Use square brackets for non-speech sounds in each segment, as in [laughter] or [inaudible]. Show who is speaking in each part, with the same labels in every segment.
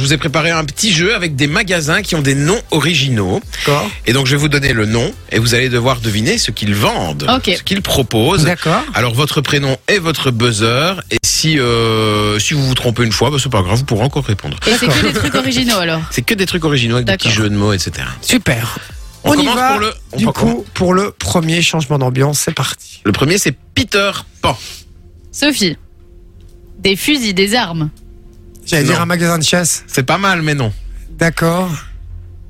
Speaker 1: vous ai préparé un petit jeu avec des magasins qui ont des noms originaux.
Speaker 2: D'accord.
Speaker 1: Et donc, je vais vous donner le nom et vous allez devoir deviner ce qu'ils vendent,
Speaker 3: Ok.
Speaker 1: ce qu'ils proposent.
Speaker 2: D'accord.
Speaker 1: Alors, votre prénom et votre buzzer. Et si, euh, si vous vous trompez une fois, bah, c'est pas grave, vous pourrez encore répondre.
Speaker 3: Et c'est que des trucs originaux alors.
Speaker 1: C'est que des trucs originaux avec des
Speaker 3: D'accord.
Speaker 1: petits jeux de mots, etc.
Speaker 2: Super.
Speaker 1: On
Speaker 2: y
Speaker 1: commence
Speaker 2: va.
Speaker 1: pour le- on
Speaker 2: Du
Speaker 1: va-
Speaker 2: coup, pour le premier changement d'ambiance, c'est parti.
Speaker 1: Le premier, c'est Peter Pan.
Speaker 3: Sophie. Des fusils, des armes.
Speaker 2: J'allais
Speaker 1: Non.
Speaker 2: dire un magasin de chasse.
Speaker 1: C'est pas mal, mais non.
Speaker 2: D'accord.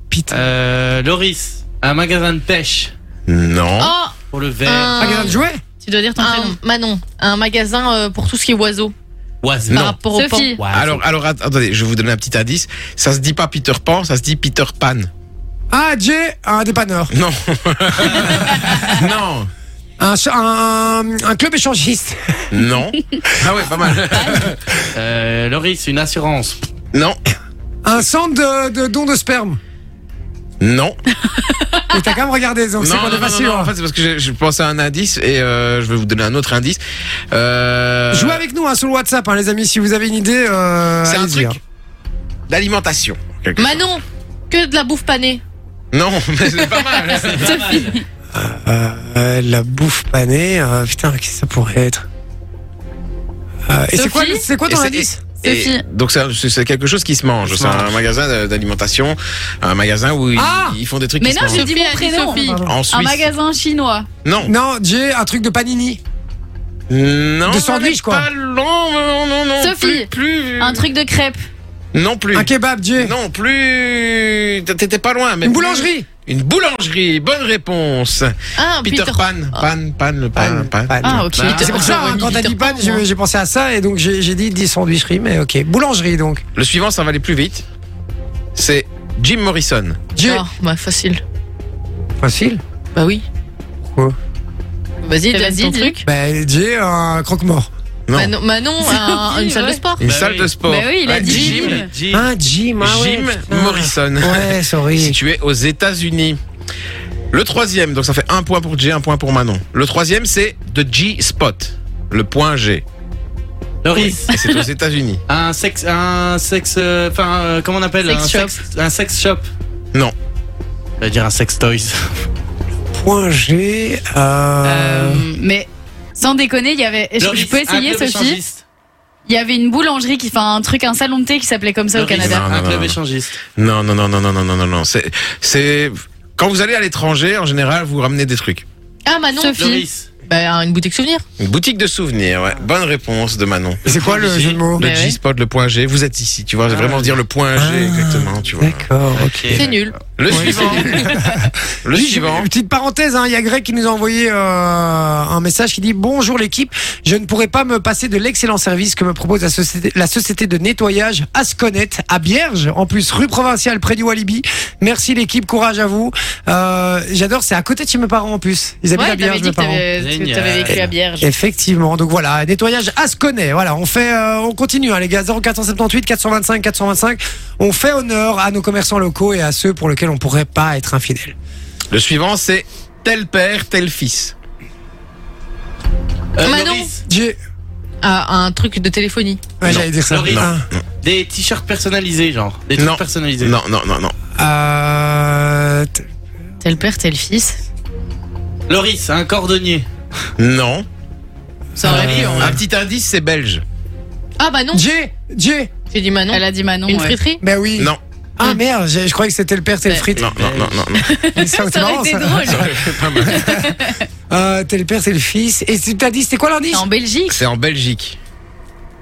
Speaker 2: Putain.
Speaker 4: Euh, Loris, un magasin de pêche
Speaker 1: Non.
Speaker 5: Oh,
Speaker 4: pour le verre.
Speaker 5: un,
Speaker 3: Ah.
Speaker 2: magasin de jouets.
Speaker 3: Tu dois dire ton prénom.
Speaker 5: un- Manon, un magasin euh, pour tout ce qui est oiseaux
Speaker 4: Oiseau.
Speaker 1: Non.
Speaker 5: par rapport au pan.
Speaker 3: Sophie.
Speaker 4: Oiseau.
Speaker 1: Alors, alors, att- attendez, je vais vous donner un petit indice. Ça se dit pas Peter Pan, ça se dit Peter Pan.
Speaker 2: Ah, Jay, un dépanneur.
Speaker 1: Non. [laughs] non.
Speaker 2: Un, ch- un, un club échangiste.
Speaker 1: Non. [laughs] Ah ouais, pas mal.
Speaker 4: Euh, Loris, une assurance.
Speaker 1: Non.
Speaker 2: Un centre de, de dons de sperme.
Speaker 1: Non.
Speaker 2: Mais t'as quand même regardé, donc c'est
Speaker 1: non,
Speaker 2: qu'on
Speaker 1: non,
Speaker 2: est pas hein.
Speaker 1: non,
Speaker 2: sûr.
Speaker 1: non, En fait, c'est parce que je, je pensais à un indice et euh, je vais vous donner un autre indice. Euh,
Speaker 2: Jouez avec nous hein, sur le WhatsApp, hein, les amis, si vous avez une idée. Euh,
Speaker 1: C'est un
Speaker 2: allez-y,
Speaker 1: truc d'alimentation. Quelque chose.
Speaker 5: Manon, que de la bouffe panée.
Speaker 1: Non, [laughs] mais c'est pas mal.
Speaker 2: hein. Euh, euh, la bouffe panée. euh, putain, qu'est-ce que ça pourrait être Euh, Et c'est
Speaker 3: Sophie
Speaker 2: quoi, le- c'est quoi
Speaker 1: Et
Speaker 2: ton
Speaker 1: c'est-
Speaker 2: indice
Speaker 1: Et
Speaker 3: Sophie.
Speaker 1: donc c'est un- c'est c'est quelque chose qui se mange.
Speaker 2: Qui se
Speaker 1: C'est un
Speaker 2: mange.
Speaker 1: magasin de- d'alimentation, un magasin où ils,
Speaker 2: Ah
Speaker 1: ils font des trucs
Speaker 3: Mais
Speaker 1: qui
Speaker 3: non,
Speaker 1: se
Speaker 3: j'ai
Speaker 1: mangent.
Speaker 3: dit
Speaker 5: Sophie,
Speaker 3: mon
Speaker 5: allez,
Speaker 3: prénom.
Speaker 5: Sophie.
Speaker 2: Pardon.
Speaker 1: En
Speaker 3: Un
Speaker 1: Suisse.
Speaker 3: magasin chinois.
Speaker 1: Non.
Speaker 2: Non, Jay, un truc de panini.
Speaker 1: Non.
Speaker 2: De sandwich, quoi.
Speaker 1: Pas long, non, non, non.
Speaker 3: Sophie.
Speaker 1: Plus. plus-
Speaker 3: Un truc de crêpes.
Speaker 1: Non plus.
Speaker 2: Un kebab, Jay.
Speaker 1: Non plus. T'étais pas loin, mais.
Speaker 2: Une
Speaker 1: plus.
Speaker 2: boulangerie.
Speaker 1: Une boulangerie. Bonne réponse.
Speaker 3: Oh,
Speaker 5: Ah,
Speaker 1: Peter,
Speaker 5: Peter,
Speaker 1: Pan. Pan, Pan, le pan, pan.
Speaker 3: Ah, ok.
Speaker 4: Bah,
Speaker 2: C'est pour ça, hein, quand t'as dit pan, j'ai j'ai pensé à ça et donc j'ai j'ai dit 10 sandwicheries, mais ok. Boulangerie donc.
Speaker 1: Le suivant, ça va aller plus vite. C'est Jim Morrison.
Speaker 2: Jay.
Speaker 5: Ah, bah facile.
Speaker 2: Facile.
Speaker 5: Bah oui.
Speaker 2: Pourquoi
Speaker 5: Vas-y,
Speaker 3: Bah,
Speaker 5: vas-y,
Speaker 3: vas-y,
Speaker 5: dis.
Speaker 3: dis.
Speaker 5: truc.
Speaker 2: Ben, Jay, un croque-mort.
Speaker 1: Non.
Speaker 3: [laughs]
Speaker 5: Manon, Manon, un-
Speaker 3: Sophie,
Speaker 5: une salle de
Speaker 3: ouais.
Speaker 5: sport.
Speaker 1: Une
Speaker 4: Bah
Speaker 1: salle
Speaker 4: oui.
Speaker 1: de sport.
Speaker 3: Bah oui, il a
Speaker 1: Ouais,
Speaker 3: dit
Speaker 1: Jim.
Speaker 3: Jim.
Speaker 4: Jim.
Speaker 2: Un Jim, ah ouais,
Speaker 1: Jim
Speaker 2: putain.
Speaker 1: Morrison.
Speaker 2: Ouais,
Speaker 1: [laughs]
Speaker 2: sorry.
Speaker 1: Situé aux États-Unis. Le troisième, donc ça fait un point pour G, un point pour Manon. Le troisième, c'est The G Spot. Le point G.
Speaker 4: Loris,
Speaker 1: Et c'est aux [laughs] États-Unis.
Speaker 4: un sex, un sex, euh, enfin, euh, comment on appelle
Speaker 3: Sex
Speaker 4: un,
Speaker 3: shop.
Speaker 4: Sex, un sex shop.
Speaker 1: Non.
Speaker 4: Je veux dire un sex toys.
Speaker 2: Point G. Euh...
Speaker 3: Euh, mais sans déconner, il y avait. Je, je
Speaker 4: Loris,
Speaker 3: peux
Speaker 4: un
Speaker 3: essayer,
Speaker 4: club
Speaker 3: Sophie.
Speaker 4: échangiste.
Speaker 3: Il y avait une boulangerie qui fait un truc, un salon de thé qui s'appelait comme ça au
Speaker 4: Loris,
Speaker 3: Canada.
Speaker 1: Non, non,
Speaker 4: Un
Speaker 1: non,
Speaker 4: club
Speaker 1: non.
Speaker 4: échangiste.
Speaker 1: Non, non, non, non, non, non, non, non, non. C'est, c'est, quand vous allez à l'étranger, en général, vous ramenez des trucs.
Speaker 5: Ah, Manon,
Speaker 3: Sophie.
Speaker 4: Loris,
Speaker 5: bah, une boutique souvenir.
Speaker 1: Une boutique de souvenirs, ouais. Bonne réponse de Manon.
Speaker 2: C'est quoi le jeu de
Speaker 1: Le
Speaker 2: mots
Speaker 3: Mais ouais.
Speaker 1: G-spot, le point G. Vous êtes ici, tu vois.
Speaker 4: Ah,
Speaker 1: vraiment
Speaker 4: oui.
Speaker 1: dire le point G,
Speaker 2: Ah,
Speaker 1: exactement, tu vois.
Speaker 2: D'accord, ok.
Speaker 5: C'est nul.
Speaker 1: Le
Speaker 2: Ouais,
Speaker 1: suivant. le
Speaker 2: Juste,
Speaker 1: suivant.
Speaker 2: Une petite parenthèse, hein, il y a Greg qui nous a envoyé euh, un message qui dit Bonjour l'équipe, je ne pourrais pas me passer de l'excellent service que me propose la société, la société de nettoyage Asconet à Bierge, en plus rue provinciale près du Walibi. Merci l'équipe, courage à vous. Euh, J'adore, c'est à côté de chez mes parents en plus. Ils habitent à
Speaker 3: Ouais, t'avais
Speaker 2: Bierge,
Speaker 3: dit
Speaker 2: mes
Speaker 3: que
Speaker 2: parents.
Speaker 3: t'avais que t'avais
Speaker 4: Génial.
Speaker 3: vécu à Bierge.
Speaker 2: Effectivement, donc voilà, nettoyage Asconet. Voilà, on fait, euh, on continue, hein, les gars. 0478 425 425. On fait honneur à nos commerçants locaux et à ceux pour lesquels on pourrait pas être infidèle.
Speaker 1: Le suivant, c'est tel père, tel fils.
Speaker 4: Euh,
Speaker 5: Manon.
Speaker 4: Loris,
Speaker 2: J'ai-
Speaker 5: Ah, un truc de téléphonie.
Speaker 2: Ouais,
Speaker 1: Non.
Speaker 2: j'allais dire ça.
Speaker 4: Laurie.
Speaker 2: Ah.
Speaker 4: des t-shirts personnalisés, genre. Des trucs
Speaker 1: Non.
Speaker 4: personnalisés.
Speaker 1: Non, non, non, non.
Speaker 2: Euh, t-
Speaker 3: Tel père, tel fils.
Speaker 4: Loris, un cordonnier.
Speaker 1: Non. Euh,
Speaker 5: Ça aurait pu, hein.
Speaker 1: Un petit indice, c'est belge.
Speaker 5: Ah, bah non,
Speaker 2: Jay, Jay.
Speaker 5: j'ai dit Manon.
Speaker 3: Elle a dit Manon.
Speaker 5: Une
Speaker 3: ouais.
Speaker 5: friterie
Speaker 2: Ben oui.
Speaker 1: Non,
Speaker 2: Ah merde, j'ai- je croyais que c'était le père, t'es le
Speaker 5: Ouais.
Speaker 2: frites.
Speaker 1: non, non, non, non. non.
Speaker 2: Ça,
Speaker 3: Ça aurait
Speaker 2: marrant,
Speaker 3: été
Speaker 2: ça.
Speaker 3: drôle.
Speaker 1: Pas mal.
Speaker 2: Euh, t'es le père, c'est le fils. Et tu t'as dit, c'était quoi
Speaker 3: C'est
Speaker 2: l'indice
Speaker 3: en Belgique.
Speaker 1: C'est en Belgique.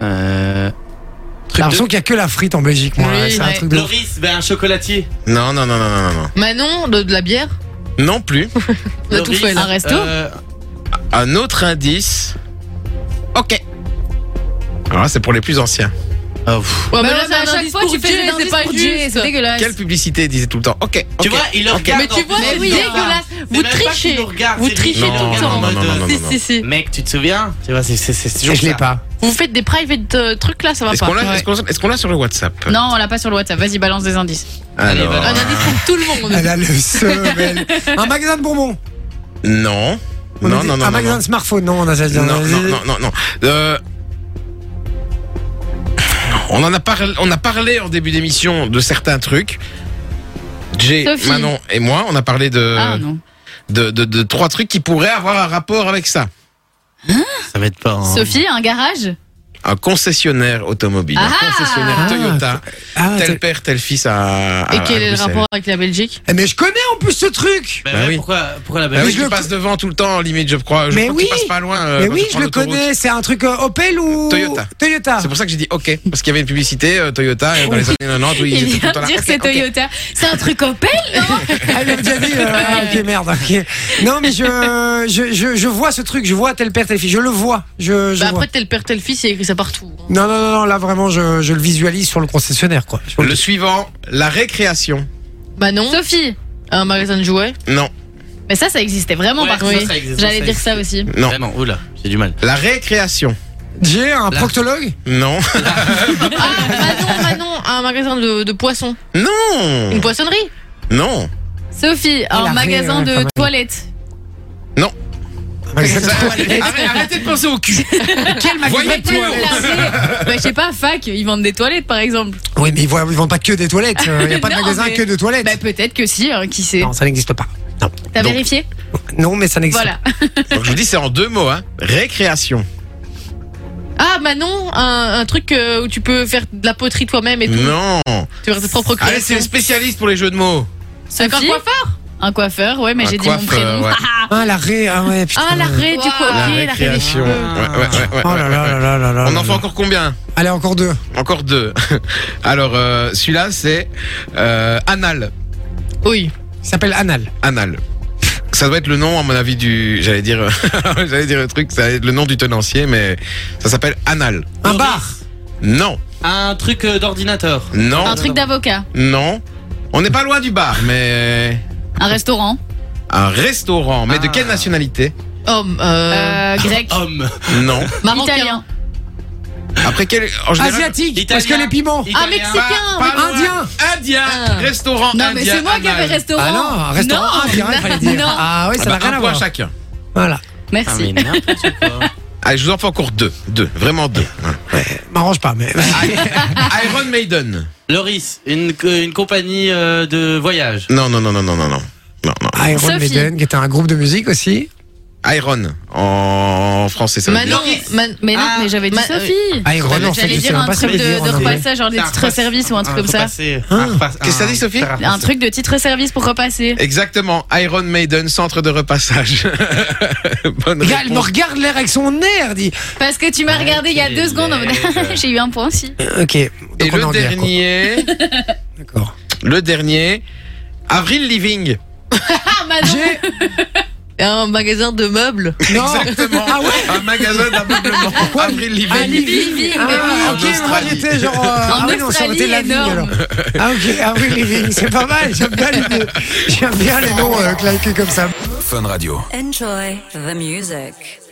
Speaker 4: Euh...
Speaker 2: J'ai l'impression qu'il y a que la frite en Belgique, moi.
Speaker 5: Oui,
Speaker 2: hein, c'est un
Speaker 5: ouais.
Speaker 2: truc de.
Speaker 4: Loris, ben un chocolatier.
Speaker 1: Non, non, non, non, non, non, non.
Speaker 5: Manon, de, de la bière.
Speaker 1: Non plus.
Speaker 5: On a
Speaker 4: Loris,
Speaker 5: tout fait, là.
Speaker 3: Un resto
Speaker 4: euh,
Speaker 1: Un autre indice. Ok. Alors là, c'est pour les plus anciens. Ah,
Speaker 4: oh, pff.
Speaker 5: Ouais,
Speaker 3: Bah
Speaker 5: mais là,
Speaker 3: ouais,
Speaker 5: c'est
Speaker 3: mais à
Speaker 5: un
Speaker 3: chaque
Speaker 5: indice
Speaker 3: fois,
Speaker 5: pour
Speaker 3: tu fais
Speaker 5: Jay,
Speaker 3: des indices
Speaker 5: c'est pas
Speaker 3: pour Jay,
Speaker 5: juste.
Speaker 3: Ah, C'est dégueulasse.
Speaker 1: Quelle publicité disait tout le temps Ok.
Speaker 4: Tu
Speaker 1: ok.
Speaker 4: vois, il le regarde.
Speaker 5: Mais tu vois,
Speaker 3: Mais
Speaker 5: c'est
Speaker 3: oui.
Speaker 4: hein.
Speaker 5: dégueulasse. Vous trichez. Vous trichez
Speaker 1: Non,
Speaker 5: tout le
Speaker 1: non,
Speaker 5: temps.
Speaker 1: non, non, non, non,
Speaker 5: Si,
Speaker 1: non.
Speaker 5: si, si.
Speaker 4: euh, Mec, tu te souviens Tu vois, c'est c'est- c'est toujours
Speaker 2: Je l'ai
Speaker 4: ça.
Speaker 2: pas.
Speaker 5: Vous faites des private euh, trucs là, ça va
Speaker 1: Est-ce
Speaker 5: pas.
Speaker 1: qu'on l'a
Speaker 5: Ouais.
Speaker 1: est-ce qu'on- est-ce qu'on l'a sur le WhatsApp
Speaker 3: Non, on l'a pas sur le WhatsApp. Vas-y, balance des indices.
Speaker 4: Allez,
Speaker 1: Alors,
Speaker 4: voilà.
Speaker 5: Un indice pour tout le monde.
Speaker 2: Elle a le seum, elle. Un magasin de bonbons.
Speaker 1: Non.
Speaker 2: On a
Speaker 1: Non, non,
Speaker 2: dit-
Speaker 1: non,
Speaker 2: Un
Speaker 1: non,
Speaker 2: magasin
Speaker 1: non.
Speaker 2: de smartphone, non, on a ça.
Speaker 1: Non, non, non, non, non. Euh, On en a parlé, on a parlé en début d'émission de certains trucs. Jay,
Speaker 3: Sophie.
Speaker 1: Manon et moi, on a parlé de,
Speaker 5: Euh,
Speaker 3: Ah non.
Speaker 1: de, de- de trois trucs qui pourraient avoir un rapport avec ça.
Speaker 4: Ça va être pas.
Speaker 1: hein.
Speaker 4: un-
Speaker 3: Sophie, un garage
Speaker 1: Un concessionnaire automobile,
Speaker 3: Ah
Speaker 1: un concessionnaire
Speaker 2: Ah,
Speaker 1: Toyota,
Speaker 2: Ah,
Speaker 1: tel père, tel fils à.
Speaker 5: Et
Speaker 1: à-
Speaker 5: quel
Speaker 1: à
Speaker 5: est le
Speaker 1: Bruxelles.
Speaker 5: rapport avec la Belgique
Speaker 2: t'as- Eh, Mais je connais en plus ce truc.
Speaker 4: Bah
Speaker 1: Bah
Speaker 4: ouais,
Speaker 1: oui.
Speaker 4: pourquoi, pourquoi la
Speaker 1: Ah
Speaker 4: Belgique
Speaker 1: oui,
Speaker 2: je
Speaker 1: je
Speaker 2: le-
Speaker 1: passe devant tout le temps, limite, je crois. Je
Speaker 2: Mais
Speaker 1: crois
Speaker 2: oui.
Speaker 1: qu'il passe pas loin. euh,
Speaker 2: Mais
Speaker 1: quand
Speaker 2: oui,
Speaker 1: tu
Speaker 2: je
Speaker 1: prends
Speaker 2: le
Speaker 1: l'autoroute.
Speaker 2: connais. C'est un truc euh, Opel ou
Speaker 1: Toyota.
Speaker 3: Ah.
Speaker 2: Toyota.
Speaker 1: C'est pour ça que j'ai dit OK, parce qu'il y avait une publicité euh, Toyota et dans les années 90, oui,
Speaker 3: Il
Speaker 1: ils étaient tout
Speaker 3: vient
Speaker 1: le temps
Speaker 3: de
Speaker 1: là.
Speaker 3: dire
Speaker 1: OK,
Speaker 3: c'est
Speaker 1: OK.
Speaker 3: Toyota. C'est un truc Opel
Speaker 2: Ah, il avait déjà dit. euh, ah, ok, merde. ok. Non, mais je, je, je, je vois ce truc. Je vois tel père, telle fille. Je le vois. Je, je
Speaker 5: Bah
Speaker 2: vois.
Speaker 5: après, tel père, tel fils, il y a écrit ça partout.
Speaker 2: Non, non, non, non, là vraiment, je, je le visualise sur le concessionnaire, quoi. Je vois
Speaker 1: Le suivant, la récréation.
Speaker 5: Bah non.
Speaker 3: Sophie
Speaker 5: Un magasin de jouets.
Speaker 1: Non,
Speaker 3: Mais ça, ça existait vraiment
Speaker 4: Ouais,
Speaker 3: par
Speaker 4: ça,
Speaker 3: contre.
Speaker 4: ça existe,
Speaker 3: J'allais
Speaker 4: ça
Speaker 3: dire
Speaker 4: existe.
Speaker 3: ça aussi.
Speaker 1: non,
Speaker 4: Ah non, oula, j'ai du mal.
Speaker 1: la récréation.
Speaker 2: que- J'ai un proctologue
Speaker 1: Non, [laughs]
Speaker 3: [laughs]
Speaker 5: Ah, Manon, Manon, un magasin de, de poissons. Une
Speaker 1: non,
Speaker 5: poissonnerie.
Speaker 1: non.
Speaker 3: Sophie,
Speaker 2: a
Speaker 3: un
Speaker 2: fait,
Speaker 3: magasin
Speaker 2: euh, quand
Speaker 3: de
Speaker 2: même.
Speaker 3: toilettes.
Speaker 1: Ça- arrêtez, arrêtez de penser au cul.
Speaker 3: Quel
Speaker 1: Voyez plus haut.
Speaker 4: [laughs]
Speaker 3: Bah, je sais pas, fac, ils vendent des toilettes par exemple.
Speaker 2: Oui, mais ils ne vendent pas que des toilettes. Il n'y a pas de
Speaker 3: Non,
Speaker 2: magasin
Speaker 3: mais-
Speaker 2: que de toilettes.
Speaker 3: Bah, peut-être que si, hein, qui sait.
Speaker 2: non, ça n'existe pas. Non.
Speaker 3: T'as
Speaker 1: donc-
Speaker 3: vérifié
Speaker 2: Non, mais ça n'existe
Speaker 3: Voilà.
Speaker 1: Donc je vous dis, c'est en deux mots, hein. Récréation.
Speaker 5: Ah, Manon, un, un truc euh, où tu peux faire de la poterie toi-même et tout.
Speaker 1: Non.
Speaker 5: Tu vas tes propres
Speaker 2: Ah,
Speaker 1: Allez, c'est
Speaker 5: créations.
Speaker 1: une spécialiste pour les jeux de mots.
Speaker 5: C'est encore
Speaker 3: Sophie
Speaker 5: quoi faire
Speaker 3: Un coiffeur, ouais, mais
Speaker 1: Un
Speaker 3: j'ai dit mon
Speaker 1: coiffeur,
Speaker 3: prénom.
Speaker 1: ouais.
Speaker 2: pas. Ah, l'arrêt. Ah, ouais, putain.
Speaker 3: Ah, l'arrêt
Speaker 5: Wow.
Speaker 3: du coiffeur.
Speaker 1: la récréation. Ouais, ouais, ouais, ouais,
Speaker 2: Oh là
Speaker 1: ouais, ouais.
Speaker 2: là là là là là.
Speaker 1: On en
Speaker 2: là
Speaker 1: fait
Speaker 2: là.
Speaker 1: encore combien [laughs]
Speaker 2: Allez, encore deux.
Speaker 1: Encore deux. Alors, euh, celui-là, c'est euh, anal.
Speaker 5: Oui.
Speaker 2: Il s'appelle Anal.
Speaker 1: Anal. Ça doit être le nom, à mon avis, du. J'allais dire, [laughs] j'allais dire le truc, ça doit être le nom du tenancier, mais ça s'appelle anal.
Speaker 2: Un
Speaker 4: Boris.
Speaker 2: bar.
Speaker 1: Non,
Speaker 4: Un truc euh, d'ordinateur.
Speaker 1: non,
Speaker 3: Un truc d'avocat.
Speaker 1: non. On n'est pas loin du bar, mais
Speaker 3: Un restaurant.
Speaker 1: un restaurant. Mais de
Speaker 4: Ah.
Speaker 1: quelle nationalité
Speaker 5: Homme. Euh,
Speaker 3: Euh, grec.
Speaker 4: Homme.
Speaker 1: Non.
Speaker 5: Marocain.
Speaker 3: Italien.
Speaker 1: Après quel En général.
Speaker 2: Asiatique. Parce que
Speaker 4: Italien.
Speaker 2: les piments.
Speaker 4: Italien.
Speaker 5: Ah, mexicain.
Speaker 1: Pas- pas loin.
Speaker 2: Indien.
Speaker 1: Indien.
Speaker 5: Ah.
Speaker 1: Restaurant
Speaker 3: Non,
Speaker 1: indien.
Speaker 3: mais c'est moi qui avais
Speaker 1: anal.
Speaker 3: restaurant.
Speaker 2: Ah non, un restaurant
Speaker 3: Non.
Speaker 2: indien, il fallait dire.
Speaker 3: Non.
Speaker 2: Ah ouais,
Speaker 1: Ah
Speaker 2: ça
Speaker 1: bah,
Speaker 2: n'a rien
Speaker 1: un
Speaker 2: à
Speaker 1: point
Speaker 2: voir.
Speaker 1: chacun.
Speaker 2: Voilà.
Speaker 4: Ah,
Speaker 3: Merci.
Speaker 4: mais n'importe quoi.
Speaker 1: Allez, je vous en fais encore deux. Deux. Vraiment deux. Voilà.
Speaker 2: M'arrange pas, mais.
Speaker 1: Iron Maiden.
Speaker 4: Loris, une, une compagnie euh, de voyage.
Speaker 1: Non, non, non, non, non, non, non. Non, non.
Speaker 2: Iron
Speaker 3: Sophie.
Speaker 2: Maiden, qui était un groupe de musique aussi.
Speaker 1: Iron. En français, ça veut dire.
Speaker 5: Manon.
Speaker 4: Loris.
Speaker 5: Man-
Speaker 3: Mais non,
Speaker 4: Ah,
Speaker 3: mais j'avais dit
Speaker 5: ma- euh,
Speaker 3: Sophie.
Speaker 2: Iron, Ah, en fait,
Speaker 3: J'allais
Speaker 2: je sais
Speaker 3: dire
Speaker 2: même
Speaker 3: un
Speaker 2: pas si ça
Speaker 3: truc
Speaker 2: veut
Speaker 3: de,
Speaker 2: dire
Speaker 3: de
Speaker 2: en anglais.
Speaker 3: repassage, genre des
Speaker 4: Un
Speaker 3: titres service ou un truc comme ça.
Speaker 4: repassé.
Speaker 2: Ah.
Speaker 4: Un repassé.
Speaker 1: Hein Qu'est-ce que t'as dit,
Speaker 4: Un-
Speaker 1: Sophie
Speaker 4: repassé.
Speaker 3: Un truc de titres service pour repasser.
Speaker 1: Exactement, Iron Maiden, centre de repassage. [laughs] Bonne
Speaker 2: Regarde, Elle me
Speaker 1: Bah, réponse.
Speaker 2: regarde l'air avec son air, dit.
Speaker 3: Parce que tu m'as regardé il y a
Speaker 4: t'es
Speaker 3: deux secondes. en mode,
Speaker 2: euh,
Speaker 4: belle.
Speaker 3: [laughs] J'ai eu un point aussi.
Speaker 2: Ok.
Speaker 1: Et
Speaker 2: Donc on est en
Speaker 1: le
Speaker 2: guerre, quoi.
Speaker 1: dernier, [laughs]
Speaker 2: D'accord.
Speaker 1: le dernier, Avril Living.
Speaker 3: Ah, Manon.
Speaker 2: J'ai.
Speaker 5: un magasin de meubles.
Speaker 2: Non.
Speaker 1: Exactement.
Speaker 2: Ah ouais
Speaker 1: Un magasin d'ameublement. Avril
Speaker 2: Un
Speaker 1: Living.
Speaker 2: living.
Speaker 3: living,
Speaker 2: Ah,
Speaker 3: mais
Speaker 1: oui, en
Speaker 2: ok, moi
Speaker 1: Australie.
Speaker 2: j'étais genre.
Speaker 1: [laughs]
Speaker 2: euh, ah oui, non, ça aurait été la vigne
Speaker 3: Australie,
Speaker 2: alors.
Speaker 3: énorme.
Speaker 2: Ah ok, ah oui, living, c'est pas mal, j'aime bien
Speaker 1: [laughs]
Speaker 2: les, j'aime bien les noms euh, claqués comme ça.
Speaker 6: Enjoy the music.